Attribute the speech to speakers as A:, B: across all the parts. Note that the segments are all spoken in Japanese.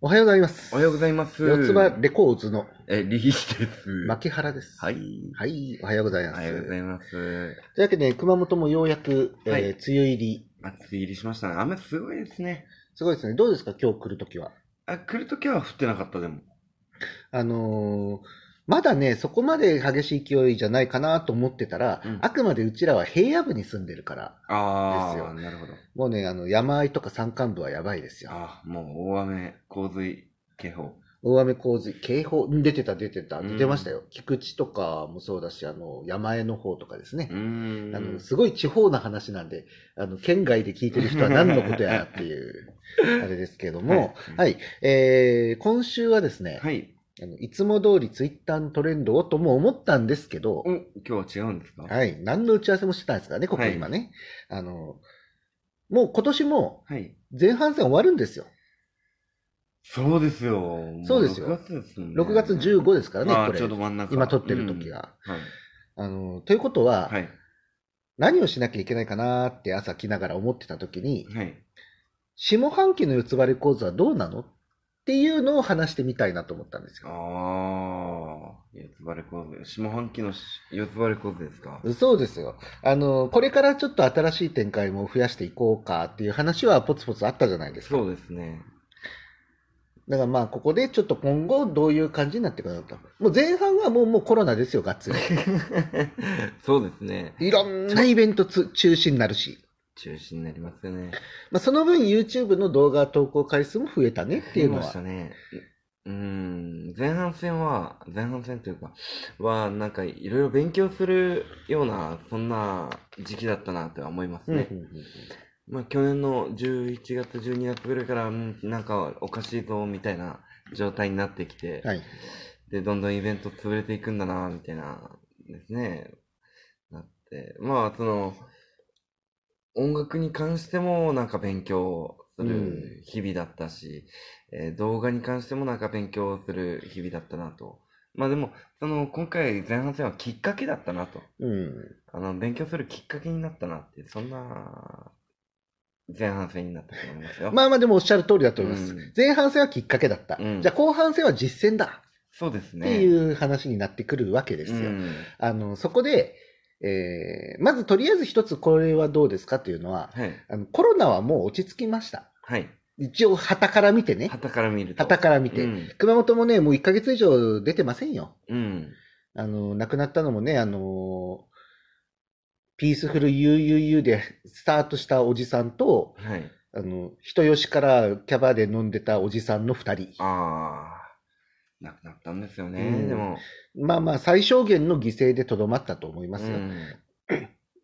A: おはようございます。
B: おはようございます。
A: 四つ葉レコーズの
B: え、リリーです。
A: 牧原です。
B: はい。
A: はい。おはようござい
B: お
A: ます。
B: はようございます。
A: というわけで、熊本もようやく、えー
B: はい
A: 梅雨入り。
B: 暑い入りしましたね。雨すごいですね。
A: すごいですね。どうですか今日来るときは。
B: あ、来るときは降ってなかった、でも。
A: あのーまだね、そこまで激しい勢いじゃないかなと思ってたら、
B: うん
A: あくまでうちらは平野部に住んでるから、
B: あ
A: ですよ
B: あ、なるほど。
A: もうね、あの、山あいとか山間部はやばいですよ。
B: あーもう大雨、洪水、警報。
A: 大雨洪水、警報、うん出てた、出てた、
B: うん
A: 出てましたよ。菊池とかもそうだし、あの、山への方とかですね
B: う。ーん。
A: あの、すごい地方な話なんで、あの、県外で聞いてる人は何のことやって いう、あれですけども、は、
B: はい
A: えー、今週はですね、
B: はい。
A: あのいつも通りツイッターのトレンドをとも思ったんですけど
B: お、、今日は違うんですかい。
A: はい、何の打ち合わせもしてたんですからね、ここ
B: はい
A: 今ね。あの、もう今年も
B: はい。
A: 前半戦終わるんですよ。
B: そうですよ。も
A: そうですよ
B: 6月ですもんね。
A: 6月15ですからね、
B: あ
A: こ
B: ー
A: れ
B: ちょう。ど真ん中。
A: 今撮ってる時が。
B: うん。はい。
A: あの、ということは、
B: はい。
A: 何をしなきゃいけないかなーって朝来ながら思ってた時に、
B: はい。
A: 下半期の四つ葉レコーズはどうなのっていうのを話してみたいなと思ったんですよ。
B: ああ、四つバレ構図。下半期のし四つバレ構図ですか
A: そうですよ。あの、これからちょっと新しい展開も増やしていこうかっていう話はポツポツあったじゃないですか。
B: そうですね。
A: だからまあ、ここでちょっと今後どういう感じになっていくのかと。もう前半はもうもうコロナですよ、がっつ り。
B: そうですね。
A: いろんなイベントつ中止になるし。
B: 中止になりますよね。
A: まあ、その分 YouTube の動画投稿回数も増えたねっていうの
B: まし
A: は
B: た。ね。うーん、前半戦は、前半戦というか、は、なんかいろいろ勉強するような、そんな時期だったなとは思います
A: うんう
B: ね。
A: ん
B: まあ去年の11月、12月ぐらいから、うんなんかおかしいぞ、みたいな状態になってきて、
A: うんはい。
B: で、どんどんイベント潰れていくんだな、みたいな、ですね。なって。まあ、その、音楽に関してもなんか勉強する日々だったし、えー動画に関してもなんか勉強する日々だったなと。まあでも、その、今回前半戦はきっかけだったなと。
A: うん。
B: あの、勉強するきっかけになったなって、そんな、前半戦になったと思いますよ。
A: まあまあでもおっしゃる通りだと思います。
B: うん
A: 前半戦はきっかけだった。
B: うん
A: じゃあ後半戦は実践だ。
B: そうですね。
A: っていう話になってくるわけですよ。
B: うん
A: あのそこで、えーまずとりあえず一つこれはどうですかっていうのは、
B: はい。
A: あのコロナはもう落ち着きました。
B: はい。
A: 一応、旗から見てね。
B: 旗から見ると。
A: 旗から見て。
B: うん
A: 熊本もね、もう1ヶ月以上出てませんよ。
B: うん。
A: あの、亡くなったのもね、あの、ピースフル UUU でスタートしたおじさんと、
B: はい。
A: あの、人吉からキャバで飲んでたおじさんの2人。
B: ああ、なくなったんですよね。
A: うん
B: でも、
A: まあまあ、最小限の犠牲でとどまったと思いますよ。
B: ん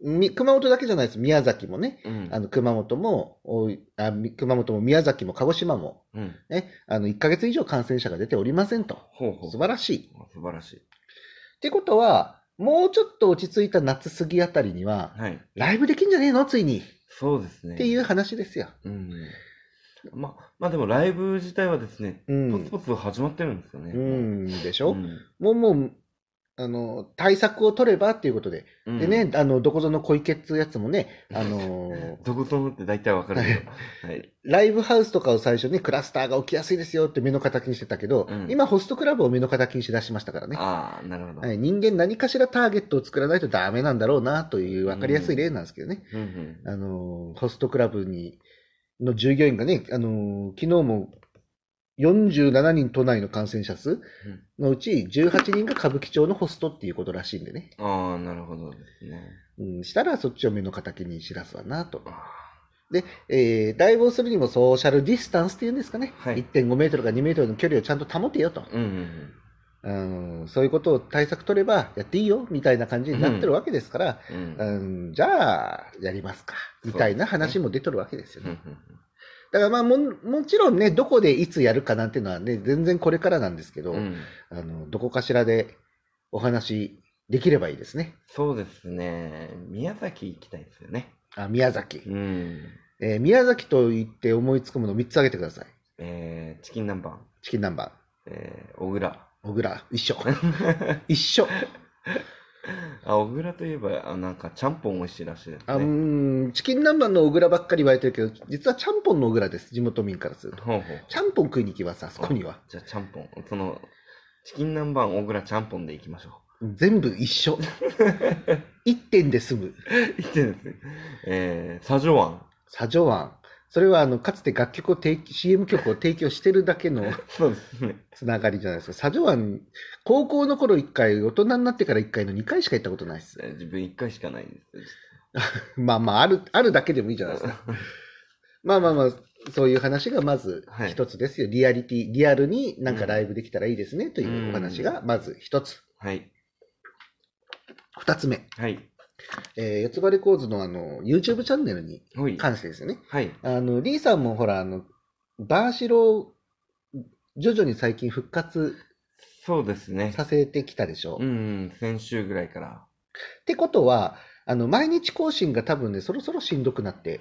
A: み熊本だけじゃないです。宮崎もね、
B: うん
A: あの熊本もおいあ、み熊本も宮崎も鹿児島も、
B: うん、
A: ね、あの1ヶ月以上感染者が出ておりませんと。
B: ほうほう。
A: 素晴らしい。っ
B: 素晴らしい。
A: てことは、もうちょっと落ち着いた夏過ぎあたりには、
B: はい。
A: ライブできんじゃねえのついに。
B: そうですね。
A: っていう。話ですよ。
B: うん。ま、まあでもライブ自体はですね、
A: う
B: ポツ
A: ん。
B: ポツ始まってるんですよね。
A: うんでし
B: う
A: ょ、
B: ん。
A: もうもう、あの、対策を取ればっていうことで。
B: うん
A: でね、、あの、どこぞの小池っつうやつもね、あのー
B: どこそもって大体わかるけど。はい。
A: ライブハウスとかを最初にクラスターが起きやすいですよって目の敵にしてたけど、
B: うん
A: 今ホストクラブを目の敵にしだしましたからね。
B: ああ、なるほど。
A: はい、人間何かしらターゲットを作らないとダメなんだろうなという分かりやすい例なんですけどね、
B: うんうん。
A: あのーホストクラブにの従業員がね、あのー昨日も47人都内の感染者数のうち18人が歌舞伎町のホストっていうことらしいんでね、
B: ああ、なるほどですね。
A: うん、したらそっちを目の敵に知らすわなと。
B: あ
A: で、えー、ライブをするにもソーシャルディスタンスっていうんですかね、
B: はい
A: 1.5メートルか2メートルの距離をちゃんと保てよと、
B: ーうんうんうん。
A: うん、そういうことを対策取ればやっていいよみたいな感じになってるわけですから、
B: うん
A: う。ん、じゃあ、やりますか。みたいな話も出とるわけですよ
B: うんう
A: ね。
B: ん
A: だからまあもん、もちろんね、どこでいつやるかなんていうのはね、全然これからなんですけど、
B: うんうん。
A: あのどこかしらでお話できればいいですね。
B: そうですね。宮崎行きたいですよね。
A: あ宮崎、
B: うん。
A: えー宮崎と言って思いつくもの3つ挙げてください。
B: えー、チキン南蛮、
A: チキン南蛮、
B: えー、小倉。
A: 小倉、一緒。一緒。
B: あ、小倉といえば、あなんか、ちゃんぽん美味しいらしいです
A: あう
B: ね。
A: ーんチキン南蛮の小倉ばっかり言われてるけど、実はちゃんぽんの小倉です、地元民からすると。
B: ほうほう。
A: ちゃんぽん食いに行きます、あそこには。
B: じゃあ、ちゃんぽん。その、チキン南蛮、小倉ちゃんぽんでいきましょ
A: 全部一 緒。一点で済む。
B: う。 いってですね。えー、サジョワン。
A: サジョワン。それはあのかつて楽曲を提供 CM 曲を提供してるだけ の
B: そうですね。
A: つながりじゃないですか。サジョワン、高校の頃1回、大人になってから1回の2回しか行ったことないです。
B: 自分一回しかないんですよ。
A: まあまあ、ある、あるだけでもいいじゃないですか。まあまあまあ、そういう話がまず
B: はい
A: 一つですよ。リアリティ、リアルになんかライブできたらいいですね、というお話がまず一つ。
B: はい。
A: 二つ目。
B: はい。
A: えー、四つ葉レコーズのあの、YouTube チャンネルに
B: ほい。
A: 関してですよね。
B: はい。
A: あの、リーさんもほら、あの、バーシロを徐々に最近復活
B: そうですね。
A: させてきたでしょう。
B: う
A: っ
B: ん、先週ぐらいから。
A: てことは、あの、毎日更新が多分ね、そろそろしんどくなって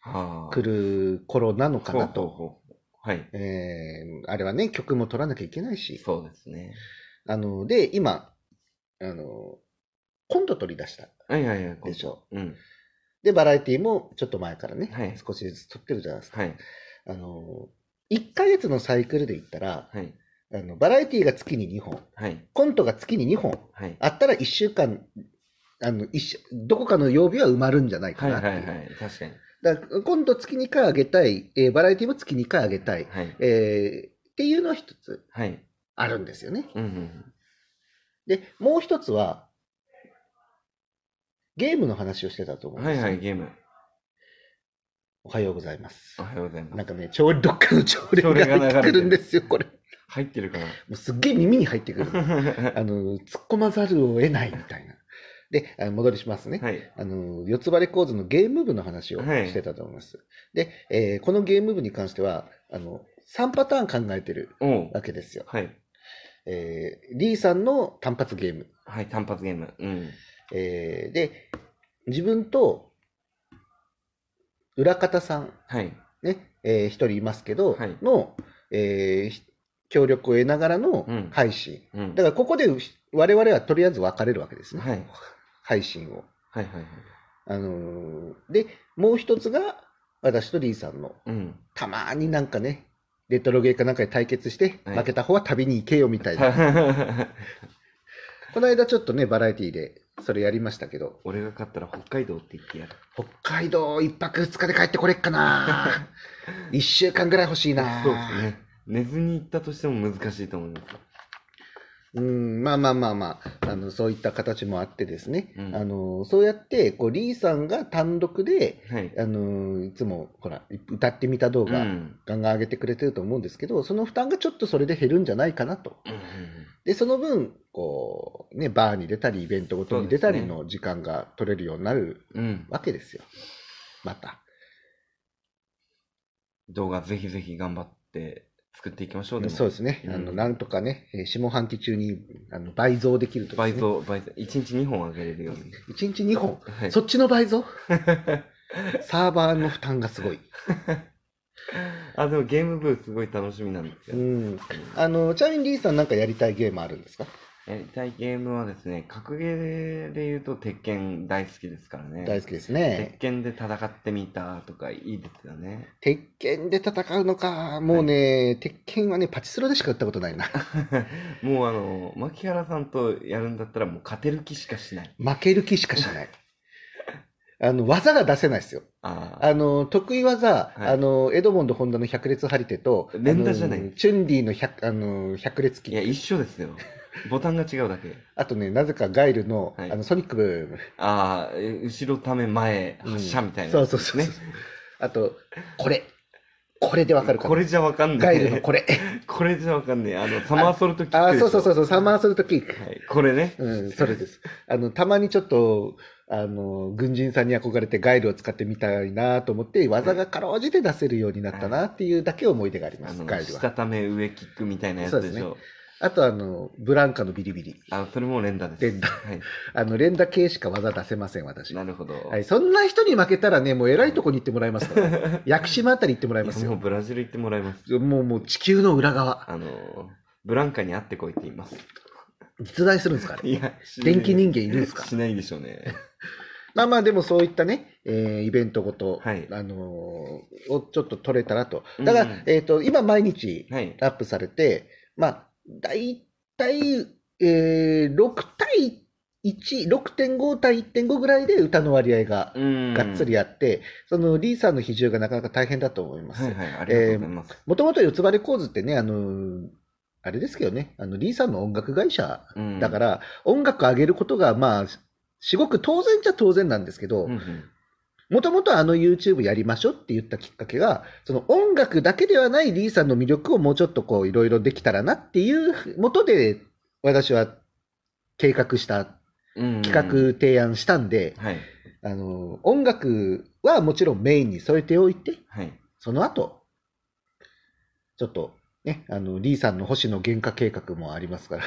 B: はあ。
A: くる頃なのかな
B: ほう
A: と。
B: ほうほうはい。
A: えー、あれはね、曲も取らなきゃいけないし。
B: そうですね。
A: あの、で、今、あの、コント取り出した
B: はいはいはい。
A: でしょ。
B: うん。
A: で、バラエティもちょっと前からね、
B: はい
A: 少しずつ取ってるじゃないですか。
B: はい。
A: あの、1ヶ月のサイクルで言ったら、
B: はい。
A: あのバラエティが月に2本、
B: はい。
A: コントが月に2本、
B: はい。
A: あったら1週間、あの一週どこかの曜日は埋まるんじゃないか
B: はい
A: な
B: は
A: っ
B: い
A: ていう。
B: はい。確かに。
A: だから今度月2回あげたい、えーバラエティも月2回あげたい、
B: はい。
A: えーっていうのは一つ
B: はい。
A: あるんですよね。
B: うんうん。
A: で、もう一つは、ゲームの話をしてたと思うん
B: は
A: です
B: い
A: よ。
B: はい、ゲーム。
A: おはようございます
B: お。はようございま
A: なん
B: す。
A: かね、朝どっかの朝礼が入ってくるんですよ、これ。も
B: 入ってる かな
A: うすっげえ耳に入ってくる。
B: は
A: あの、突っ込まざるを得ないみたいな。で、あの戻りしますね。
B: い。
A: あの、四つ葉レコードのゲーム部の話を
B: はい
A: してたと思います。で、えーこのゲーム部に関しては、あの、3パターン考えてる
B: おう。
A: わけですよ。
B: はい。
A: えー、リーさんの単発ゲーム。
B: はい、単発ゲーム。うん。
A: えーで、自分と、裏方さん、
B: はい。
A: ね、えー一人いますけど、
B: はい
A: の、えーひ協力を得ながらの
B: うん
A: 配信。
B: うん。
A: だからここでひ我々はとりあえず分かれるわけですね。
B: はい。
A: 配信を。
B: はいはいはい。
A: あのーで、もう一つが、私とリーさんの、
B: うん。
A: たまになんかね、レトロゲーかなんかで対決して、
B: はい
A: 負けた方は旅に行けよみたいな。この間ちょっとね、バラエティでそれやりましたけど、
B: 俺が勝ったら北海道って言ってやる。
A: 北海道一泊二日で帰ってこれっか な一週間ぐらい欲しいな
B: そうですね。寝ずに行ったとしても難しいと思います。
A: うんまあまあまあまああのそういった形もあってですね、
B: うん
A: あのそうやってこうリーさんが単独で
B: はい。
A: あのいつもほら歌ってみた動
B: うん。う
A: 画
B: ん
A: ガンガン上げてくれてると思うんですけど、その負担がちょっとそれで減るんじゃないかなと
B: うんうん
A: でその分こう、ね、バーに出たりイベントごとに出たりの時間が取れるようになる
B: うん。うん。
A: わけですよまた
B: 動画ぜひぜひ頑張って作っていきましょう。。
A: そうですすね、あ
B: う
A: の
B: ん
A: なんとかねえー下半期中にあの倍増できるとです
B: 倍
A: ね
B: 増、倍増。一日二本あげれるように。
A: 1日2本
B: はい。
A: そっちの倍 増サーバーの負担がすごい。
B: あ、でもゲーム部すごい楽しみなんですよ。
A: ん。あの、ちなみにリーさんなんかやりたいゲームあるんですか、
B: やりたいゲームはですね、格ゲーで言うと鉄拳大好きですからね。
A: 大好きです
B: 鉄
A: ね。
B: 拳で戦ってみたとかいいですよね。
A: 鉄拳で戦うのか。もうね、鉄拳はね、パチスロでしか打ったことないな。
B: もうあの、牧原さんとやるんだったらもう勝てる気しかしない。
A: 負ける気しかしない。あの、技が出せないですよ。
B: ああ。
A: あの、得意技、
B: はい
A: あの、エドモンド・ホンダの百列張り手と、
B: 連打じゃない
A: あのチュンリーの百、あの、百列
B: いや、
A: 機。
B: 一緒です よ。ボタンが違うだけ。
A: あとね、なぜかガイルの、
B: はい
A: あの、ソニックブーム。
B: ああ、え後ろため前、発射みたいな、
A: そうそうそうそう。あと、これ。これでわかるかな
B: これじゃわかんな
A: ガ
B: い。
A: イルのこれ。
B: これじゃわかんない。あの、サマーソルトキック
A: あ
B: で
A: ー、
B: しょ
A: そうそうそうそう、サマーソルトキック。
B: はい、これね。
A: うん、それ です。あの、たまにちょっと、あの、軍人さんに憧れてガイルを使ってみたいなと思って、技がかろうじて出せるようになったなっていうだけ思い出がありま
B: あ
A: す、
B: の
A: ガイル
B: 下
A: は。
B: ため上キックみたいなやつでし
A: そ
B: ょ。
A: あと、あの、ブランカのビリビリ。
B: あそれも連打です。
A: 連打
B: はい。
A: あの、連打系しか技出せません、私。
B: なるほど。
A: はい、そんな人に負けたらね、もう偉いとこに行ってもらいますから、 屋久島あたり行ってもらい
B: い
A: ま
B: や
A: す
B: もう
A: よ。
B: ブラジル行ってもらいます。
A: もう、もう地球の裏側。
B: あの、ブランカに会ってこいって言います。
A: 実在するんですかね。
B: いや、し
A: 電気人間いるんですか
B: しないでしょうね。
A: まあまあでもそういったね、えーイベントごと、
B: はい
A: あのーをちょっと取れたらと。だから、
B: うんうん
A: えっ、と、今毎日
B: はい。
A: アップされて、まあ、だいたい、えー、6対1、6.5対1.5ぐらいで歌の割合が
B: うん。
A: がっつりやって、そのリーさんの比重がなかなか大変だと思いま
B: は
A: す
B: い。はい、ありがとうございます。
A: もともと四つ葉レコーズってね、あのーあれですけどね、あのリーさんの音楽会社
B: うん
A: だか、ら、音楽上げることが、まあ、すごく当然じゃ当然なんですけど
B: うんう、ん
A: もともとあの YouTube やりましょうって言ったきっかけが、その音楽だけではないリーさんの魅力をもうちょっとこういろいろできたらなっていうもとで、私は計画した、
B: うんうん
A: 企画提案したんで、
B: はい。
A: あの、音楽はもちろんメインに添えておいて、
B: はい。
A: その後、ちょっと、ね、あの、リーさんの星野原価計画もありますから、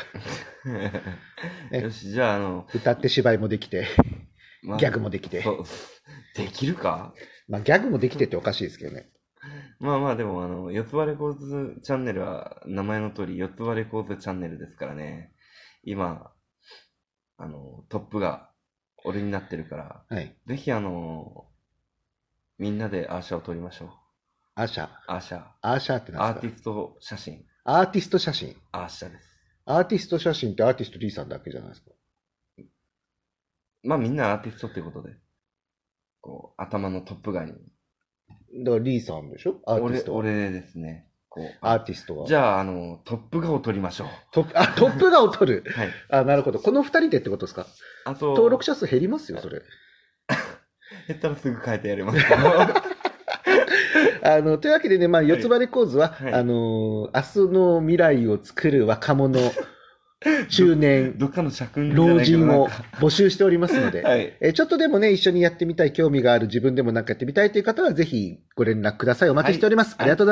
A: え
B: よし、じゃあ、あの、
A: 歌って芝居もできて、
B: まあ
A: ギャグもできて。
B: そうできるか
A: まあ、ギャグもできてっておかしいですけどね。
B: まあまあ、でも、あの、四つ葉レコーズチャンネルは、名前の通り、四つ葉レコーズチャンネルですからね。今、あの、トップが俺になってるから、
A: はい。
B: ぜひ、あの、みんなでアーシャを撮りましょう。
A: アーシャ。
B: アーシャ。
A: アーシャって
B: ア
A: なん
B: ーテ
A: です
B: ィスト写真。
A: かアーティスト写真。
B: アーシャです。
A: アーティスト写真ってアーティストリーさんだけじゃないですか。
B: まあみんなアーティストってことで、こう、頭のトップ外に。
A: だからリーさんでしょアーティ
B: 俺
A: ス、トは。
B: 俺ですね。こう、
A: アーティストは。
B: じゃあ、あの、トップ画を撮りましょう。
A: トップ、あ、トップがを撮る。
B: はい。
A: あ、なるほど。この二人でってことですか
B: あと、
A: 登録者数減りますよ、それ。
B: 減ったらすぐ変えてやります。
A: あの、というわけでね、まあ、
B: い
A: 四つ葉レコーズは、
B: はい
A: あのー明日の未来を作る若者、中年、
B: どっかの社訓じゃな
A: 老
B: いけど
A: 人を
B: なんか
A: 募集しておりますので、
B: はい。
A: えーちょっとでもね、一緒にやってみたい、興味がある、自分でもなんかやってみたいという方は、ぜひご連絡ください。お待ちしております。
B: はい
A: ありがとうございます。